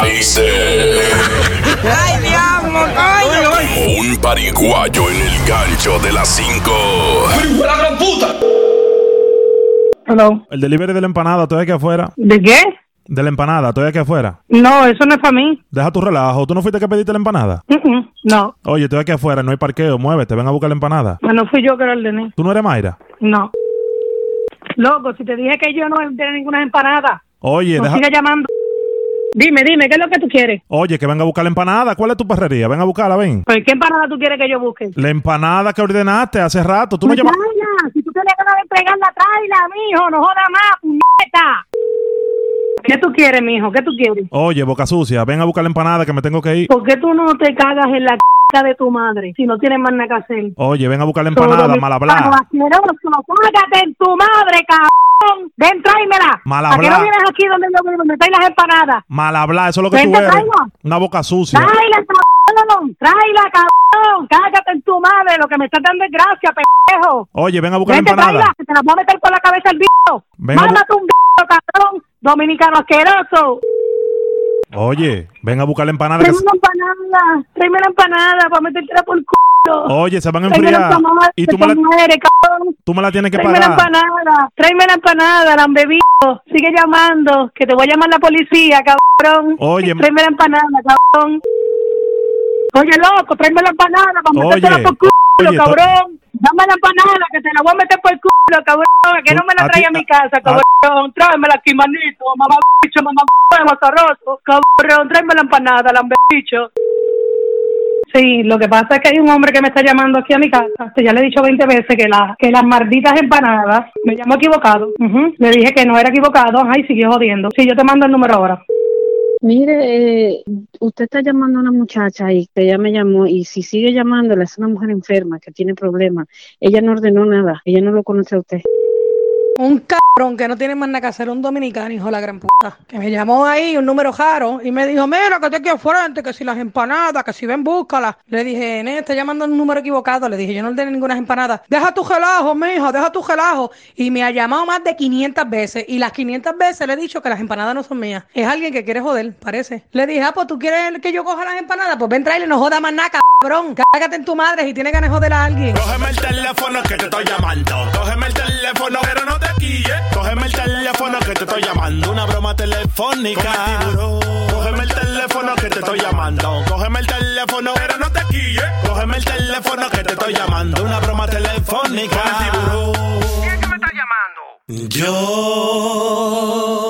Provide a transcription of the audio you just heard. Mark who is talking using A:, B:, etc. A: caíste.
B: ¡Ay, diablo, coño!
A: Un pariguayo en el gancho de las 5.
C: Hello.
D: El delivery de la empanada, estoy aquí afuera.
C: ¿De qué?
D: De la empanada, estoy aquí afuera.
C: No, eso no es para mí.
D: Deja tu relajo. ¿Tú no fuiste que pediste la empanada?
C: Mm-mm, No, pues
D: Oye, estoy aquí afuera, no hay parqueo. Muévete, ven a buscar la empanada.
C: no fui yo que lo ordené.
D: ¿Tú no eres Mayra?
C: No. Loco, si te dije que yo no ordené ninguna empanada,
D: Oye,
C: no
D: deja...
C: sigas llamando. Dime, dime, ¿qué es lo que tú quieres?
D: Oye, que venga a buscar la empanada. ¿Cuál es tu perrería? Ven a buscarla, ven.
C: ¿Pero qué empanada tú quieres que yo busque?
D: La empanada que ordenaste hace rato.
C: Pues
D: Tú no llamaste.
C: Tráela, si tú tienes ganas de pegarla, tráela, mijo, no joda más, puñeta. ¿Qué tú quieres, mijo? ¿Qué tú quieres?
D: Oye, boca sucia, ven a buscar la empanada que me tengo que ir.
C: ¿Por qué tú no te cagas en la c de tu madre si no tienes más nada que hacer?
D: Oye, ven a buscar la
C: Todo
D: empanada,
C: mi
D: malhablada.
C: palo asqueroso, Cágate en tu madre, cabrón. Ven, tráemela.
D: Mal
C: ¿A qué no
D: hablada.
C: vienes aquí donde yo vivo? Me traes las empanadas.
D: Mal hablar, eso es lo que
C: Ven,
D: tú
C: te
D: eres.
C: traigo.
D: Una boca sucia.
C: Tráela, cabrón. Tráela, cabrón. Cágate en tu madre. Lo que me estás dando es gracia, pendejo.
D: Oye, ven a buscar
C: Ven,
D: la
C: te
D: empanada.
C: tráela. Que te la voy a meter por la cabeza el bicho.
D: Ven a bu-
C: Mámate un bicho, cabrón. Dominicano asqueroso.
D: Oye, ven a buscar la empanada. Que
C: Tráeme una empanada. Tráeme una empanada para metértela por el culo.
D: Oye, se van a
C: Tráeme una
D: enfriar.
C: empanada.
D: Oh, Y
C: que
D: tú me,
C: te
D: la,
C: mueres, cabrón.
D: tú me la tienes que
C: Tráeme la
D: pagar.
C: empanada, tráeme la empanada, lambebido. Sigue llamando, que te voy a llamar la policía, cabrón.
D: Oye,
C: Tráeme la empanada, cabrón. Oye, loco, tráeme la empanada para
D: Oye,
C: metértela por culo,
D: oye, to-
C: cabrón. Dame la empanada, que te la voy a meter por el culo, cabrón. Que
D: Tú-
C: no me
D: a
C: la
D: ti-
C: trae a mi
D: a-
C: casa,
D: a-
C: cabrón. Tráemela aquí, manito, mamá bicho, mamá de mazarroso. Cabrón, tráeme la empanada, lambebicho. Sí, lo que pasa es que hay un hombre que me está llamando aquí a mi casa. Este, Ya le he dicho 20 veces que, la, que las malditas empanadas me llamó equivocado. Ujú. Le dije que no era equivocado. Ay, siguió jodiendo. Sí, yo te mando el número ahora.
E: Mire, eh, usted está llamando a una muchacha y que ya me llamó y si sigue llamándola es una mujer enferma que tiene problemas. Ella no ordenó nada, ella no lo conoce a usted.
F: Un cabrón que no tiene más nada que hacer, un dominicano, hijo de la gran puta. Que me llamó ahí, un número raro, y me dijo, mira, que te aquí al frente, que si las empanadas, que si ven, búscalas. Le dije, nene, está llamando a un número equivocado. Le dije, yo no ordené ninguna empanada. Deja tu relajo, mijo, deja tu relajo. Y me ha llamado más de 500 veces, y las 500 veces le he dicho que las empanadas no son mías. Es alguien que quiere joder, parece. Le dije, ah, pues tú quieres que yo coja las empanadas, pues ven, tráele, no joda más nada, cabrón. Cágate en tu madre si tiene ganas de joder a alguien.
G: Cógeme el teléfono que te estoy llamando. Cógeme el teléfono, pero no te quille. Cógeme el teléfono que te estoy llamando. Una broma telefónica. Cógeme el teléfono que te estoy llamando. Cógeme el teléfono, pero no te quille. Cógeme el teléfono que te estoy llamando. Una broma telefónica. ¿Quién que me está llamando? Yo.